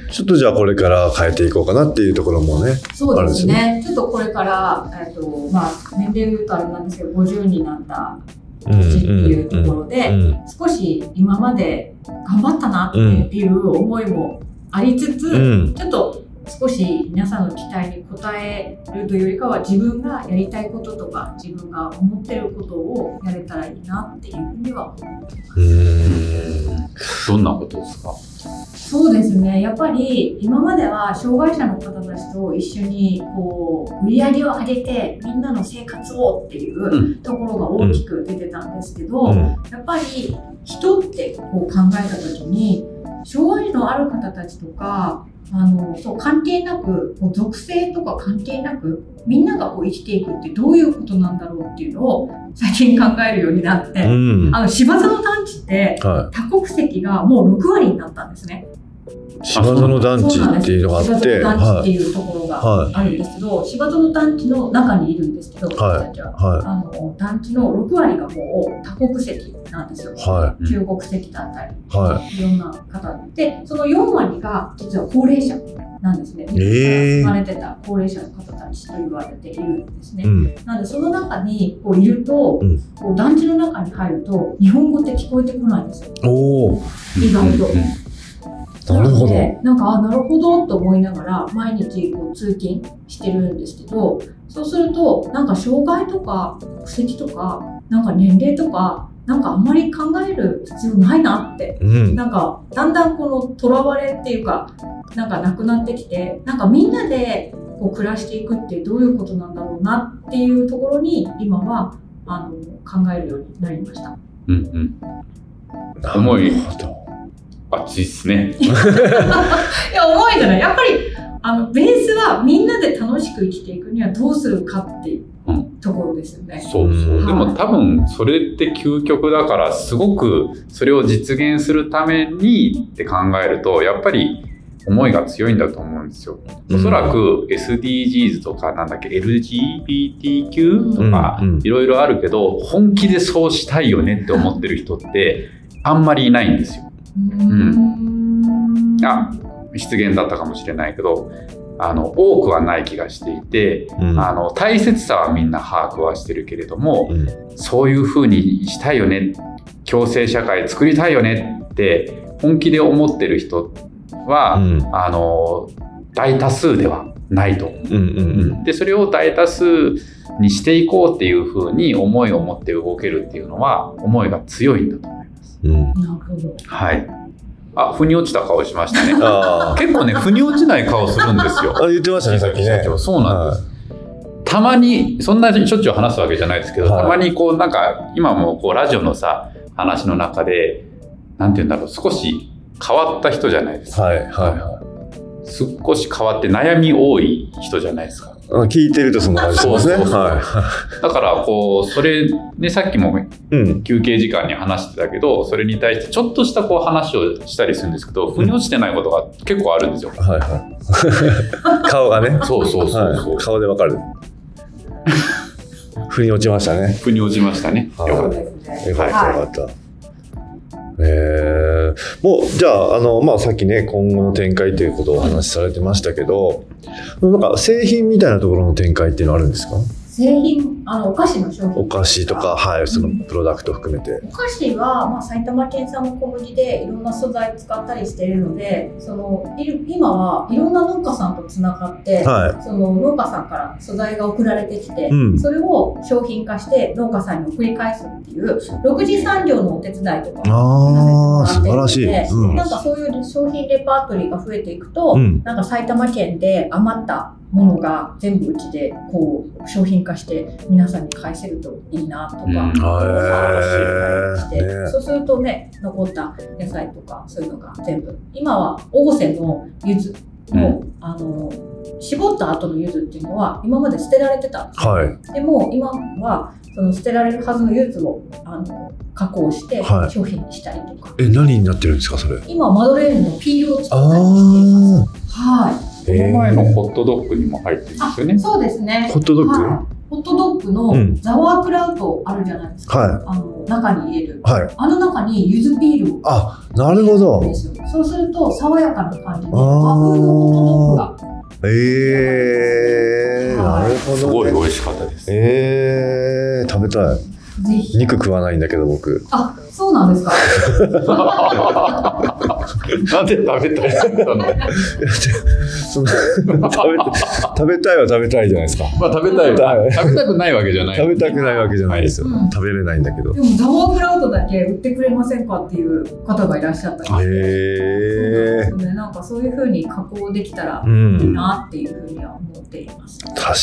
[SPEAKER 1] いい。ちょっとじゃあこれから変えていこうかなっていうところもね。
[SPEAKER 3] そうですね。ちょっとこれから、えっと、まあ年齢で言うとあれなんですけど、50になった
[SPEAKER 1] うん
[SPEAKER 3] 年っていう
[SPEAKER 1] う
[SPEAKER 3] と
[SPEAKER 1] ん
[SPEAKER 3] ころで、
[SPEAKER 1] うん。うん
[SPEAKER 3] 少し今まで頑張ったなっていう思いもありつつ、
[SPEAKER 1] うん。
[SPEAKER 3] ちょっと少し皆さんの期待に応えるというよりかは自分がやりたいこととか自分が思ってることをやれたらいいなっていうふうには
[SPEAKER 1] うーん。
[SPEAKER 2] どんなことですか
[SPEAKER 3] そうですねやっぱり今までは障害者の方たちと一緒にこう売り上げを上げてみんなの生活をっていううところが大きく出てたんですけど、
[SPEAKER 1] うん
[SPEAKER 3] やっぱり人ってこう考えた時に障害のある方たちとかあのそう関係なくこう属性とか関係なくみんながこう生きていくってどういうことなんだろうっていうのを最近考えるようになって、
[SPEAKER 1] うん。
[SPEAKER 3] あの芝生の団地って
[SPEAKER 1] は
[SPEAKER 3] 多国籍がもう6割になったんですね。
[SPEAKER 1] 芝園団地っていうのがあ
[SPEAKER 3] 芝
[SPEAKER 1] って、
[SPEAKER 3] 園団地っ
[SPEAKER 1] は
[SPEAKER 3] て
[SPEAKER 1] い、
[SPEAKER 3] いうところが
[SPEAKER 1] は
[SPEAKER 3] あるんですけど、芝園団地の中にいるんですけど、
[SPEAKER 1] はい
[SPEAKER 3] 私たちは。
[SPEAKER 1] い、は
[SPEAKER 3] あの団地の6割がもう多国籍なんですよ。
[SPEAKER 1] い、は
[SPEAKER 2] うん
[SPEAKER 3] 中国籍だったり、
[SPEAKER 1] い、はい
[SPEAKER 3] ろんな方で、その4割が実は高齢者なんですね。
[SPEAKER 1] えー
[SPEAKER 3] 生まれてた高齢者の方たちと言われているんですね
[SPEAKER 1] い、う。ん、
[SPEAKER 3] なのでその中にこういると、
[SPEAKER 1] うん
[SPEAKER 3] こう団地の中に入ると日本語って聞こえてこないんですよ
[SPEAKER 1] おお、
[SPEAKER 3] 意外と。
[SPEAKER 1] なるほど、
[SPEAKER 3] のでなんかあなるほどと思いながら毎日こう通勤してるんですけどそうするとなんか障害とか戸籍とかなんか年齢とかなんかあんまり考える必要ないなって
[SPEAKER 1] うん、
[SPEAKER 3] なんかだんだんこのとらわれっていうかなんかなくなってきてなんかみんなでこう暮らしていくってどういうことなんだろうなっていうところに今はあの考えるようになりました。
[SPEAKER 2] うんうん、
[SPEAKER 1] な
[SPEAKER 2] 重い
[SPEAKER 1] るほど
[SPEAKER 2] 暑いっすね。
[SPEAKER 3] いや重いじゃないやっぱりあのベースはみんなで楽しく生きていくにはどうするかっていうところですよね。
[SPEAKER 2] そうそう、
[SPEAKER 1] うん
[SPEAKER 2] でも多分それって究極だからすごくそれを実現するためにって考えるとやっぱり思いが強いんだと思うんですよ。おそらく SDGs とかなんだっけ LGBTQ とか
[SPEAKER 1] うんうん
[SPEAKER 2] いろいろあるけど本気でそうしたいよねって思ってる人ってあんまりいないんですよ。
[SPEAKER 3] うん
[SPEAKER 2] あ失言だったかもしれないけどあの多くはない気がしていて
[SPEAKER 1] うん、
[SPEAKER 2] あの大切さはみんな把握はしてるけれども
[SPEAKER 1] うん、
[SPEAKER 2] そういう風にしたいよね共生社会作りたいよねって本気で思ってる人は、
[SPEAKER 1] うん、
[SPEAKER 2] あの大多数ではないと思う。
[SPEAKER 1] うん、うん、
[SPEAKER 2] でそれを大多数にしていこうっていう風に思いを持って動けるっていうのは思いが強いんだと思います。
[SPEAKER 1] うん、
[SPEAKER 3] なるほど。
[SPEAKER 2] はい。あ、腑に落ちた顔しまし
[SPEAKER 1] <laughs>
[SPEAKER 2] たね。
[SPEAKER 1] あ
[SPEAKER 2] 結構ね腑に落ちない顔するんですよ
[SPEAKER 1] ー。あ、言ってましたね、さっき
[SPEAKER 2] 社
[SPEAKER 1] ね。
[SPEAKER 2] 長そうなんです。たまにそんなにしょっちゅう話すわけじゃないですけど、
[SPEAKER 1] はい
[SPEAKER 2] たまにこうなんか今もこうラジオのさ話の中でなんて言うんだろう少し変わった人じゃないですか
[SPEAKER 1] はい、はい、は
[SPEAKER 2] 少し変わって悩み多い人じゃないですか
[SPEAKER 1] いあ。聞いてるとそんな感じしますね。
[SPEAKER 2] そうそうそう
[SPEAKER 1] は
[SPEAKER 2] だからこうそれねさっきも
[SPEAKER 1] い、うん、
[SPEAKER 2] 休憩時間に話してたけどそれに対してちょっとしたこう話をしたりするんですけど腑に落ちてないことが結構あるんですよ、
[SPEAKER 1] はい、はい。顔がね。
[SPEAKER 2] そうそうそうそう、
[SPEAKER 1] はい、顔でわかる。振り落ちましたね。
[SPEAKER 2] 腑に落ちましたねよ
[SPEAKER 1] はい
[SPEAKER 2] か
[SPEAKER 3] そ
[SPEAKER 2] っ
[SPEAKER 3] う
[SPEAKER 2] た
[SPEAKER 3] ですね。
[SPEAKER 1] よかった、
[SPEAKER 3] はい
[SPEAKER 1] よかった。えーもうじゃああの、まあ、さっきね今後の展開ということをお話しされてましたけどなんか製品みたいなところの展開っていうのはあるんですか
[SPEAKER 3] 製品あのお菓子の商品
[SPEAKER 1] お菓子とか、はい、そのプロダクト含めて。
[SPEAKER 3] お菓子は、まあ、埼玉県産の小麦でいろんな素材使ったりしているのでそのいる今はいろんな農家さんとつながって、
[SPEAKER 1] は
[SPEAKER 3] その農家さんから素材が送られてきて、
[SPEAKER 1] うん
[SPEAKER 3] それを商品化して農家さんに送り返すっていう6次産業のお手伝いとか
[SPEAKER 1] い、
[SPEAKER 3] も
[SPEAKER 1] ああ素晴らしい。
[SPEAKER 3] で
[SPEAKER 1] うん
[SPEAKER 3] なんかそういう商品レパートリーが増えていくと、
[SPEAKER 1] うん
[SPEAKER 3] なんか埼玉県で余ったものが全部うちでこう商品化して皆さんに返せるといいなとか、
[SPEAKER 2] うんへ
[SPEAKER 1] ー
[SPEAKER 3] して
[SPEAKER 1] ね
[SPEAKER 3] そうするとね残った野菜とかそういうのが全部今は大瀬の柚子の、あの絞った後の柚子っていうのは今まで捨てられてたんですよ
[SPEAKER 1] はい、
[SPEAKER 3] でも今はその捨てられるはずの柚子をあの加工して
[SPEAKER 1] はい
[SPEAKER 3] 商品にしたりとか、
[SPEAKER 1] え何になってるんですかそれ。
[SPEAKER 3] 今マドレーヌのピールを作
[SPEAKER 1] あ
[SPEAKER 3] ったりしています。
[SPEAKER 1] あ
[SPEAKER 3] は
[SPEAKER 1] ー、
[SPEAKER 2] この前の
[SPEAKER 1] え
[SPEAKER 2] ホットドッグにも入ってるんですよね
[SPEAKER 3] い。そうですね
[SPEAKER 1] ー。ホットドッグ、
[SPEAKER 3] はいホットドッグ
[SPEAKER 1] うん
[SPEAKER 3] のザワークラウトあるじゃないですか。
[SPEAKER 1] は
[SPEAKER 3] あの中に入れる。
[SPEAKER 1] はい、
[SPEAKER 3] あの中に柚子ピールを
[SPEAKER 1] あなるほど
[SPEAKER 3] 入れるんですよ。そうすると爽やかな感じで
[SPEAKER 1] あー
[SPEAKER 3] 和風のホットドッグが。
[SPEAKER 1] ええー、なるほど、ね、
[SPEAKER 2] すごい美味しかったです。
[SPEAKER 1] ええー、食べたい
[SPEAKER 3] ぜひ。
[SPEAKER 1] 肉食わないんだけど僕
[SPEAKER 3] あ、そうなんですか。
[SPEAKER 2] なんで食べたいって言ったの
[SPEAKER 1] そ <laughs> の食べた食べたいは食べたいじゃないですか
[SPEAKER 2] まあ食べたい
[SPEAKER 1] は
[SPEAKER 2] よ。
[SPEAKER 1] い
[SPEAKER 2] 食べたくないわけじゃない。
[SPEAKER 1] 食べたくないわけじゃないですよ、
[SPEAKER 3] うん
[SPEAKER 1] 食べれないんだけど
[SPEAKER 3] でもザワークラウトだけ売ってくれませんかっていう方がいらっしゃったりして。
[SPEAKER 1] ええ
[SPEAKER 3] そうなんですよねなんかそういう風に加工できたら
[SPEAKER 1] ー、う
[SPEAKER 3] いい
[SPEAKER 1] ん
[SPEAKER 3] なっていう風には思っています。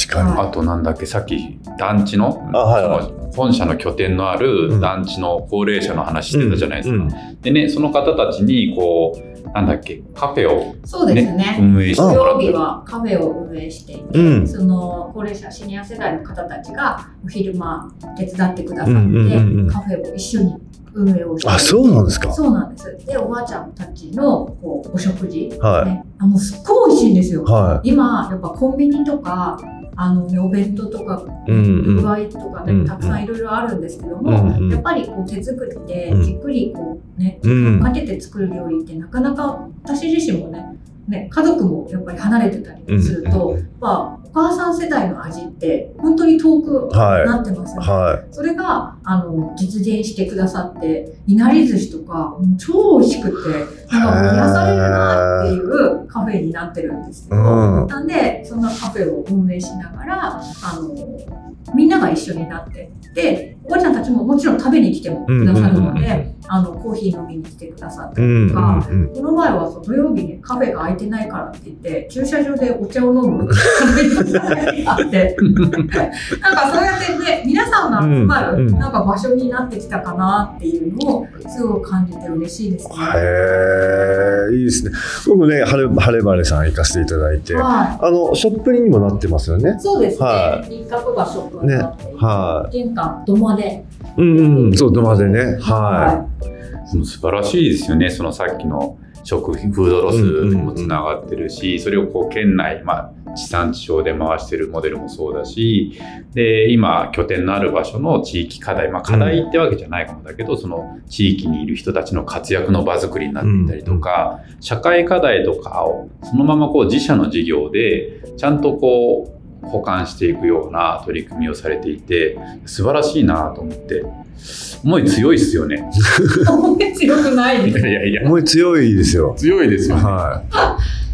[SPEAKER 1] 確かに
[SPEAKER 2] あとなんだっけさっき団地の
[SPEAKER 1] あはいはい
[SPEAKER 2] その本社の拠点のあ
[SPEAKER 1] うん
[SPEAKER 2] る団地の高齢者の話してたじゃないですか。
[SPEAKER 1] うん
[SPEAKER 2] でねその方たちにこうなんだっけ、カフェを
[SPEAKER 3] そうですね。
[SPEAKER 2] 運営して
[SPEAKER 3] 土
[SPEAKER 2] もら
[SPEAKER 3] 曜
[SPEAKER 2] って
[SPEAKER 3] 日
[SPEAKER 2] る。
[SPEAKER 3] はカフェを運営していて、
[SPEAKER 1] うん
[SPEAKER 3] その高齢者シニア世代の方たちがお昼間手伝ってくださって、
[SPEAKER 1] うんうんうんうん
[SPEAKER 3] カフェを一緒に運営をして
[SPEAKER 1] あ、そうなんですか。
[SPEAKER 3] そうなんです。で、おばあちゃんたちのこうお食事、ね
[SPEAKER 1] は
[SPEAKER 3] あ、もうすっごい美味しいんですよ。
[SPEAKER 1] い。は
[SPEAKER 3] 今、やっぱコンビニとか、あのね、お弁当とか、
[SPEAKER 1] い。うんう
[SPEAKER 3] 具
[SPEAKER 1] ん。
[SPEAKER 3] 合とか
[SPEAKER 1] う
[SPEAKER 3] ね、
[SPEAKER 1] んうん
[SPEAKER 3] たくさんいろいろあるんですけど
[SPEAKER 1] う
[SPEAKER 3] も、
[SPEAKER 1] んうん
[SPEAKER 3] やっぱりこう手作りで
[SPEAKER 1] うん
[SPEAKER 3] じっくりこうね、
[SPEAKER 1] うん
[SPEAKER 3] かけて作る料理ってなかなか私自身もね、ね、家族もやっぱり離れてた
[SPEAKER 1] うん
[SPEAKER 3] りすると、まあ、お母さん世代の味って本当に遠く
[SPEAKER 1] は
[SPEAKER 3] なってますよね
[SPEAKER 1] い。は
[SPEAKER 3] それがあの実現してくださっていなり寿司とかもう超美味しくてなんか癒されるなっていうカフェになってるんですけど、
[SPEAKER 1] うん
[SPEAKER 3] なんでそんなカフェを運営しながらあのみんなが一緒になってでおばあちゃんたちももちろん食べに来てもくださるの
[SPEAKER 1] うんうんうんう
[SPEAKER 3] であのコーヒー飲みに来てくださっ
[SPEAKER 1] い。う
[SPEAKER 3] て。
[SPEAKER 1] んうんうん。
[SPEAKER 3] この前はそう土曜日にカフェが空いてないからって言って駐車場でお茶を飲
[SPEAKER 1] <laughs>
[SPEAKER 3] む <laughs> カフェがあってなんかそうやってね、皆さんが集ま
[SPEAKER 1] うん
[SPEAKER 3] る、
[SPEAKER 1] うん
[SPEAKER 3] なんか場所になってきたかなっていうのを、すごく感じて嬉しいですね。
[SPEAKER 1] へえ、いいですね。僕ね、はれ、はればれさん行かせていただいて。あ
[SPEAKER 3] は
[SPEAKER 1] の、ショップにもなってますよね
[SPEAKER 3] い。。そうですね。
[SPEAKER 1] は
[SPEAKER 3] 輪郭がショップになっていて、
[SPEAKER 1] は
[SPEAKER 3] 玄関、土間で。
[SPEAKER 1] い。うんうん、そう、土間でね。は
[SPEAKER 2] うん素晴らしいですよね、そのさっきの食品、フードロスもつながってるし、それをこう県内、まあ、地産地消で回してるモデルもそうだし、で、今、拠点のある場所の地域課題、まあ、課題ってわけじゃないかもだけど、その地域にいる人たちの活躍の場作りになっていたりとか、社会課題とかをそのままこう自社の事業でちゃんとこう保管していくような取り組みをされていて素晴らしいなと思って思い強いですよね
[SPEAKER 3] はい。強くない <laughs>
[SPEAKER 2] い
[SPEAKER 3] です。
[SPEAKER 2] やいやい
[SPEAKER 1] い。
[SPEAKER 2] や
[SPEAKER 1] 思い強いですよ。
[SPEAKER 2] 強いですよね
[SPEAKER 1] は。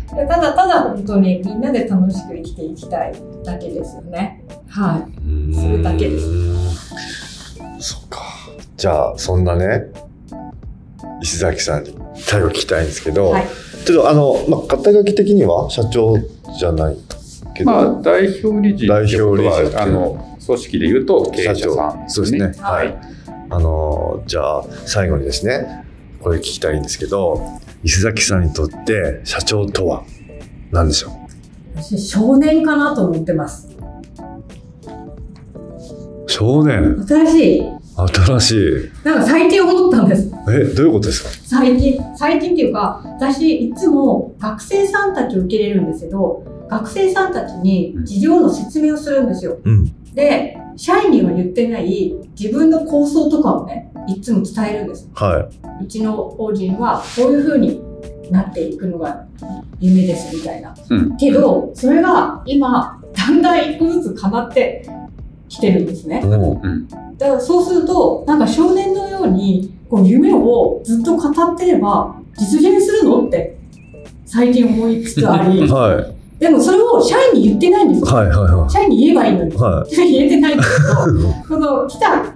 [SPEAKER 3] ただただ本当にみんなで楽しく生きていきたいだけですよね。はいそれだけです
[SPEAKER 1] そっか。じゃあ、そんなね。石崎さんに最後聞きたいんですけど、
[SPEAKER 3] はい
[SPEAKER 1] ちょっとあの、まあ、肩書き的には社長じゃないけど、
[SPEAKER 2] まあ代表理事ってこと
[SPEAKER 1] 代表理事
[SPEAKER 2] はあの組織で言うと経営者さん
[SPEAKER 1] そうですね。は。
[SPEAKER 3] はい
[SPEAKER 1] あのーじゃあ最後にですね、これ聞きたいんですけど、伊勢崎さんにとって社長とは何でしょ
[SPEAKER 3] い。私、少年かなと思ってます。
[SPEAKER 1] う。少年、
[SPEAKER 3] 新しい。
[SPEAKER 1] 新しい。
[SPEAKER 3] なんか最近思ったんです。
[SPEAKER 1] え、どういうことですか。
[SPEAKER 3] 最近最近っていうか私いつも学生さんたちを受け入れるんですけど学生さんたちに事業の説明をするんですよ
[SPEAKER 1] うん。
[SPEAKER 3] で社員には言ってない自分の構想とかをねいつも伝えるんです
[SPEAKER 1] は
[SPEAKER 3] うちの法人はこういう風になっていくのが夢ですみたいな
[SPEAKER 2] うん
[SPEAKER 3] けどそれが今だんだん一個ずつ叶ってきてるんですね
[SPEAKER 1] い。も
[SPEAKER 3] だからそうするとなんか少年のようにこう夢をずっと語ってれば実現するのって最近思いつつあ
[SPEAKER 1] う。
[SPEAKER 3] り
[SPEAKER 1] は
[SPEAKER 3] <laughs> でもそれを社員に言ってないんです
[SPEAKER 1] い。
[SPEAKER 3] よ、
[SPEAKER 1] はいはいは
[SPEAKER 3] 社員に言えばいいのに
[SPEAKER 1] い。は
[SPEAKER 3] 言えてないんですけど
[SPEAKER 1] い。
[SPEAKER 3] <laughs> その来た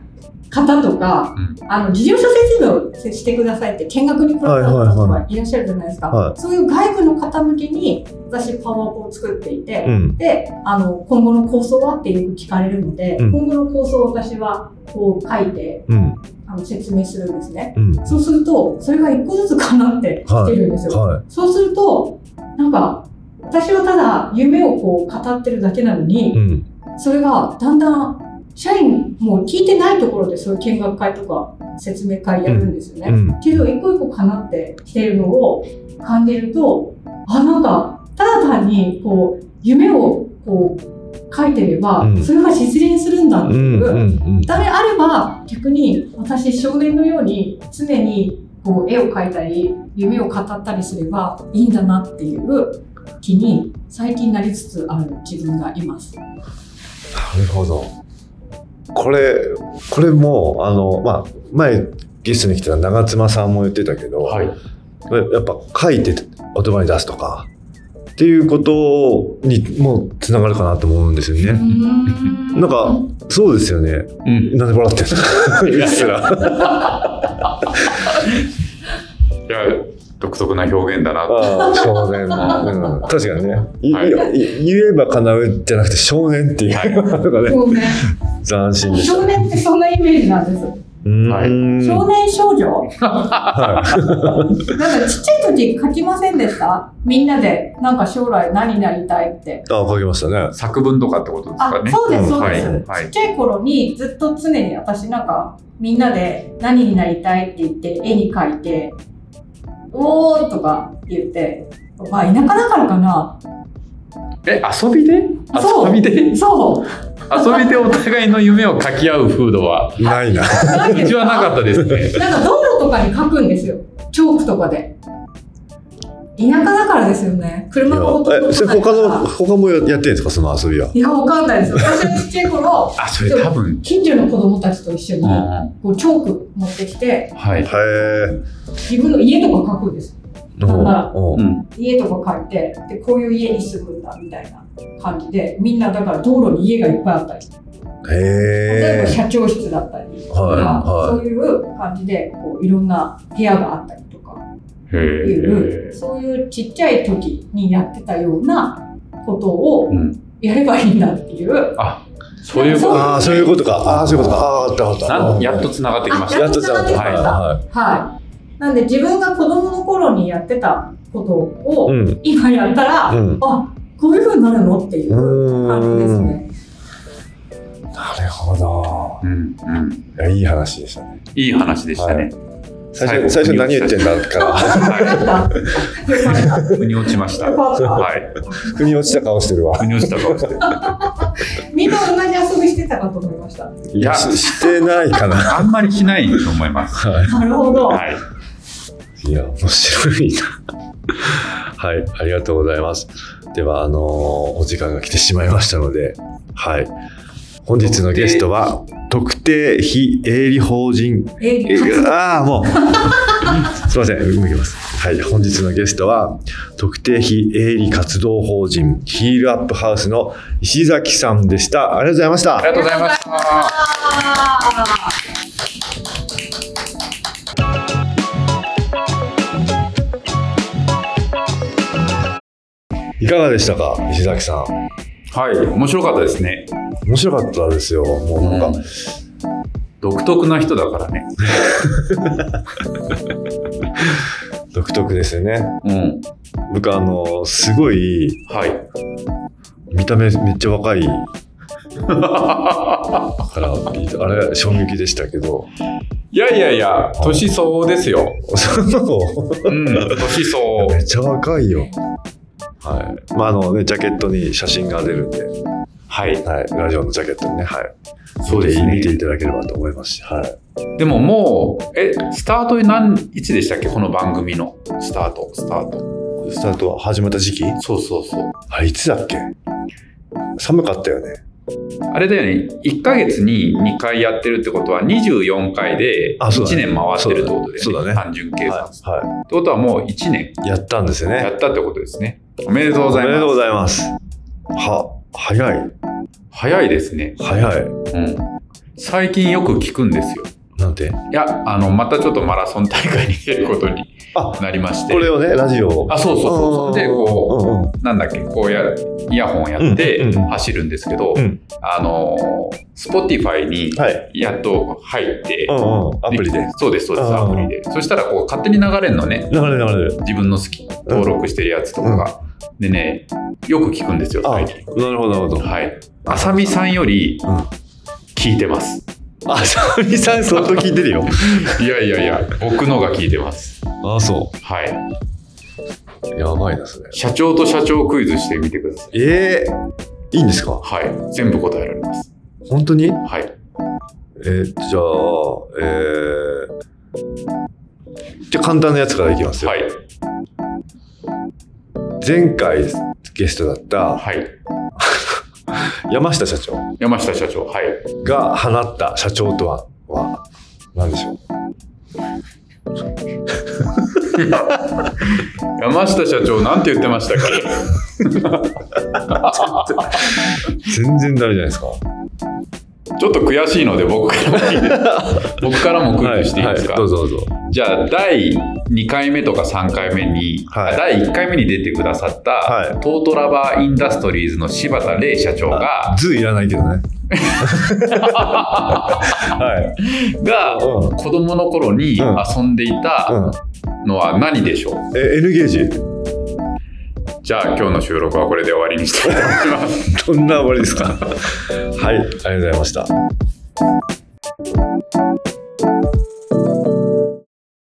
[SPEAKER 3] 方とか、
[SPEAKER 2] う
[SPEAKER 3] あの事業者説明をしてくださいって見学に来られた方とかいらっしゃるじゃないですか、
[SPEAKER 1] はいはいは
[SPEAKER 3] そういう外部の方向けに私パワーポを作っていて、
[SPEAKER 1] うん。
[SPEAKER 3] であの今後の構想はってよく聞かれるので、
[SPEAKER 1] うん
[SPEAKER 3] 今後の構想を私はこう書いて
[SPEAKER 1] うん。
[SPEAKER 3] あの説明するんですね
[SPEAKER 1] うん。
[SPEAKER 3] そうするとそれが一個ずつ叶ってきてるんですよ、
[SPEAKER 1] は
[SPEAKER 3] そうするとなんか私はただ夢をこう語ってるだけなの
[SPEAKER 1] い。う
[SPEAKER 3] に、
[SPEAKER 1] ん。
[SPEAKER 3] それがだんだん社員も聞いてないところでそういう見学会とか説明会やるんですよね、
[SPEAKER 1] うん。
[SPEAKER 3] けど一個一個かなってきてるのを感じるとあなんかただ単にこう夢をこう書いてれば、
[SPEAKER 1] うん
[SPEAKER 3] それが実現するんだって
[SPEAKER 1] う
[SPEAKER 3] い
[SPEAKER 1] ん。
[SPEAKER 3] う、
[SPEAKER 1] うん。
[SPEAKER 3] だであれば逆に私少年のように常にこう絵を描いたり夢を語ったりすればいいんだなっていう気に最近なりつつある自分がいます。
[SPEAKER 1] なるほど。これ、これも、あの、まあ、前、ゲストに来てた長妻さんも言ってたけど、
[SPEAKER 2] はい
[SPEAKER 1] やっぱ書いて言葉に出すとか、っていうことにもつながるかなと思うんですよね。
[SPEAKER 3] な
[SPEAKER 1] なんか、そうですよね。
[SPEAKER 2] うん
[SPEAKER 1] なんで笑ってんのうっすら。
[SPEAKER 2] いや独特な表現だなと
[SPEAKER 1] ああ、少年。うん、確かにね、い
[SPEAKER 2] はい
[SPEAKER 1] い言えば叶うじゃなくて少年っていうのがね、
[SPEAKER 3] そうね
[SPEAKER 1] 斬新でし
[SPEAKER 3] 少年ってそんなイメージなんです。
[SPEAKER 2] は
[SPEAKER 3] 少年少女
[SPEAKER 1] は
[SPEAKER 3] なんかちっちゃい時書きませんでしたみんなで、なんか将来何になりたいって。
[SPEAKER 1] い。あ、書きましたね。
[SPEAKER 2] 作文とかってことです
[SPEAKER 3] あ
[SPEAKER 2] か、ね。
[SPEAKER 3] そうです、そう
[SPEAKER 2] は
[SPEAKER 3] で
[SPEAKER 2] い
[SPEAKER 3] す。
[SPEAKER 2] は
[SPEAKER 3] ちっ
[SPEAKER 2] い
[SPEAKER 3] ちゃい頃にずっと常に私なんかみんなで何になりたいって言って絵に描いて「おー」とか言ってまあ田舎だからかな
[SPEAKER 2] え遊びで
[SPEAKER 3] そう
[SPEAKER 2] 遊びで
[SPEAKER 3] <laughs>
[SPEAKER 2] 遊
[SPEAKER 3] そう
[SPEAKER 2] びでお互いの夢を書き合う風土は
[SPEAKER 1] ないな。
[SPEAKER 3] なんていうう
[SPEAKER 2] ち
[SPEAKER 3] の
[SPEAKER 2] はなかったですね。
[SPEAKER 3] なんか道路とかに描くんですよチョークとかで
[SPEAKER 6] 田舎だからですよね。車の音
[SPEAKER 1] え、それ他の、他もやってんですか、その遊びは。
[SPEAKER 3] いやわかんないです私はちっちゃい頃
[SPEAKER 2] あそれ多分。
[SPEAKER 3] 近所の子供たちと一緒
[SPEAKER 2] うん
[SPEAKER 3] に
[SPEAKER 2] う
[SPEAKER 3] こうチョーク持ってきて
[SPEAKER 2] んはい。
[SPEAKER 1] へ
[SPEAKER 3] 自分の家とか描くんです
[SPEAKER 1] え。お
[SPEAKER 2] う
[SPEAKER 1] うん
[SPEAKER 3] 家とか書いてでこういう家に住むんだみたいな感じでみんなだから道路に家がいっぱいあったり例え
[SPEAKER 1] へ
[SPEAKER 3] ば
[SPEAKER 1] え。
[SPEAKER 3] 社長室だったりとか、
[SPEAKER 1] はいはい
[SPEAKER 3] そういう感じでこういろんな部屋があったりとか
[SPEAKER 2] へ
[SPEAKER 3] いう
[SPEAKER 2] え。
[SPEAKER 3] そういうちっちゃい時にやってたようなことを
[SPEAKER 2] うん
[SPEAKER 3] やればいいんだっていう
[SPEAKER 2] あそういうこと。
[SPEAKER 1] ああ、そういうことか。ああ、そういうことか。ああ、あったあっ
[SPEAKER 2] なん
[SPEAKER 1] た。
[SPEAKER 2] やっと繋がってきまし
[SPEAKER 1] や
[SPEAKER 2] た
[SPEAKER 1] っ。とちゃんと。は
[SPEAKER 3] はいなんで自分が子供の頃にやってたことを、
[SPEAKER 1] い。うん。
[SPEAKER 3] 今やったら、
[SPEAKER 1] うん
[SPEAKER 3] あこういう風になるのっていう感じです
[SPEAKER 1] うん。
[SPEAKER 3] ね。 <laughs>
[SPEAKER 1] なるほど。
[SPEAKER 2] うんうん。
[SPEAKER 1] いや、いい話でしたね。
[SPEAKER 2] いい話でしたね。
[SPEAKER 1] 最初、最初何言ってんだから、
[SPEAKER 3] <laughs>
[SPEAKER 2] は
[SPEAKER 3] なんだ
[SPEAKER 2] い。腑に落ちました。
[SPEAKER 3] よかった
[SPEAKER 2] はい。
[SPEAKER 1] 腑に落ちた顔してるわ。
[SPEAKER 2] 腑に落ちた顔して。
[SPEAKER 3] みんな同じ遊びしてたかと思いました。
[SPEAKER 1] いや、ししてないかな。
[SPEAKER 2] あんまりしないと思います。
[SPEAKER 3] なるほど。
[SPEAKER 2] はい。
[SPEAKER 1] いや、面白いな。はい、ありがとうございます。では、あのーお時間が来てしまいましたので、はい。本日のゲストは、特定非営利法人
[SPEAKER 3] え
[SPEAKER 1] えああ、もう。すいません、向きます。はい、本日のゲストは、特定非営利活動法人ヒールアップハウスの石崎さんでした。ありがとうございました。
[SPEAKER 2] ありがとうございました。
[SPEAKER 1] いかがでしたか、石崎さん。
[SPEAKER 2] はい、面白かったですね。
[SPEAKER 1] 面白かったですよ。もうなんか、
[SPEAKER 2] 独特な人だからね。
[SPEAKER 1] 独特ですよね。
[SPEAKER 2] うん。
[SPEAKER 1] 僕、あの、すごい、
[SPEAKER 2] はい。 <laughs>
[SPEAKER 1] 見た目めっちゃ若いから、あれ、衝撃でしたけど。 <laughs>
[SPEAKER 2] いやいやいや、年相応ですよ。
[SPEAKER 1] その
[SPEAKER 2] うん、年相応。
[SPEAKER 1] めっちゃ若いよ。はい。まあ、あのね、ジャケットに写真が出るんで、
[SPEAKER 2] はい。
[SPEAKER 1] はい。ラジオのジャケットにね、はい。
[SPEAKER 2] そうですね
[SPEAKER 1] 見ていただければと思いますし、はい。
[SPEAKER 2] でももう、え、スタート何日でしたっけこの番組のスタート、スタート。
[SPEAKER 1] スタートは始まった時期
[SPEAKER 2] そうそうそう。
[SPEAKER 1] あれ、いつだっけ寒かったよね。
[SPEAKER 2] あれだよね、1ヶ月に2回やってるってことは24回で
[SPEAKER 1] あそうだ
[SPEAKER 2] 1
[SPEAKER 1] ね
[SPEAKER 2] 年回ってるってことで、
[SPEAKER 1] そうだねそうだね
[SPEAKER 2] 単純計算。っ
[SPEAKER 1] はい。は
[SPEAKER 2] てことはもう1年
[SPEAKER 1] い。やったんですよね。
[SPEAKER 2] やったってことですね。おめでとうご
[SPEAKER 1] お
[SPEAKER 2] ざい
[SPEAKER 1] めでとうご
[SPEAKER 2] ます。
[SPEAKER 1] ざいます。は、早い。
[SPEAKER 2] 早いですね。
[SPEAKER 1] 早い。
[SPEAKER 2] うん。最近よく聞くんですよ。
[SPEAKER 1] なんて
[SPEAKER 2] いや、あの、またちょっとマラソン大会に出ることに
[SPEAKER 1] あ、
[SPEAKER 2] なりまして。
[SPEAKER 1] これをね、ラジオを。
[SPEAKER 2] あ、そうそうそうそう。で、こ
[SPEAKER 1] うんうん。
[SPEAKER 2] う、なんだっけ、こうや、イヤホンやっ
[SPEAKER 1] うん
[SPEAKER 2] て
[SPEAKER 1] うんうん
[SPEAKER 2] 走るんですけど、
[SPEAKER 1] うん
[SPEAKER 2] あのー、Spotify に
[SPEAKER 1] はい。
[SPEAKER 2] やっと入って
[SPEAKER 1] う、んうん。アプリで。。
[SPEAKER 2] そうです、そうです、
[SPEAKER 1] あ
[SPEAKER 2] ア
[SPEAKER 1] ー
[SPEAKER 2] プリで。そしたら、こう、勝手に流れるのね。
[SPEAKER 1] 流れる流れる。
[SPEAKER 2] 自分の好き、登録してるやつとかが。でね、よく聞くんですよ、
[SPEAKER 1] あ、な
[SPEAKER 2] 最
[SPEAKER 1] る
[SPEAKER 2] 近。
[SPEAKER 1] ほど、なるほど。
[SPEAKER 2] はい。あさみさんより
[SPEAKER 1] うん、
[SPEAKER 2] 聞いてます。
[SPEAKER 1] あ、サミさん相当聞いてるよ。
[SPEAKER 2] いやいやいや、僕のが聞いてます。
[SPEAKER 1] あ、そ
[SPEAKER 2] はい。
[SPEAKER 1] う。やばいな、それ。
[SPEAKER 2] 社長と社長クイズしてみてください。
[SPEAKER 1] ええいいんですか
[SPEAKER 2] はい。全部答えられます。
[SPEAKER 1] 本当に
[SPEAKER 2] はい。
[SPEAKER 1] えーじゃあ、えーじゃあ簡単なやつからいきますよ。
[SPEAKER 2] はい。
[SPEAKER 1] 前回ゲストだった
[SPEAKER 2] はい。
[SPEAKER 1] 山下社長
[SPEAKER 2] 山下社長。はい。
[SPEAKER 1] が放った社長とは、は何でしょう
[SPEAKER 2] 山下社長、なんて言ってましたっけ
[SPEAKER 1] 全然ダメじゃないですか。
[SPEAKER 2] <laughs> ちょっと悔しいので、僕からもいいです僕からもクイズしていいですか、
[SPEAKER 1] どうぞどうぞ。
[SPEAKER 2] じゃあ、第2回目とか3回目に、
[SPEAKER 1] はい
[SPEAKER 2] あ第1回目に出てくださった、
[SPEAKER 1] はい
[SPEAKER 2] トートラバーインダストリーズの柴田玲社長が、
[SPEAKER 1] <laughs> 図いらないけどね。はい。
[SPEAKER 2] が、
[SPEAKER 1] うん
[SPEAKER 2] 子供の頃に
[SPEAKER 1] うん
[SPEAKER 2] 遊んでいた
[SPEAKER 1] うん。
[SPEAKER 2] のは何でしょう、
[SPEAKER 1] え、N ゲージ
[SPEAKER 2] じゃあ今日の収録はこれで終わりにしたいと思います
[SPEAKER 1] どんな終わりです <laughs> かはい、ありがとうございました。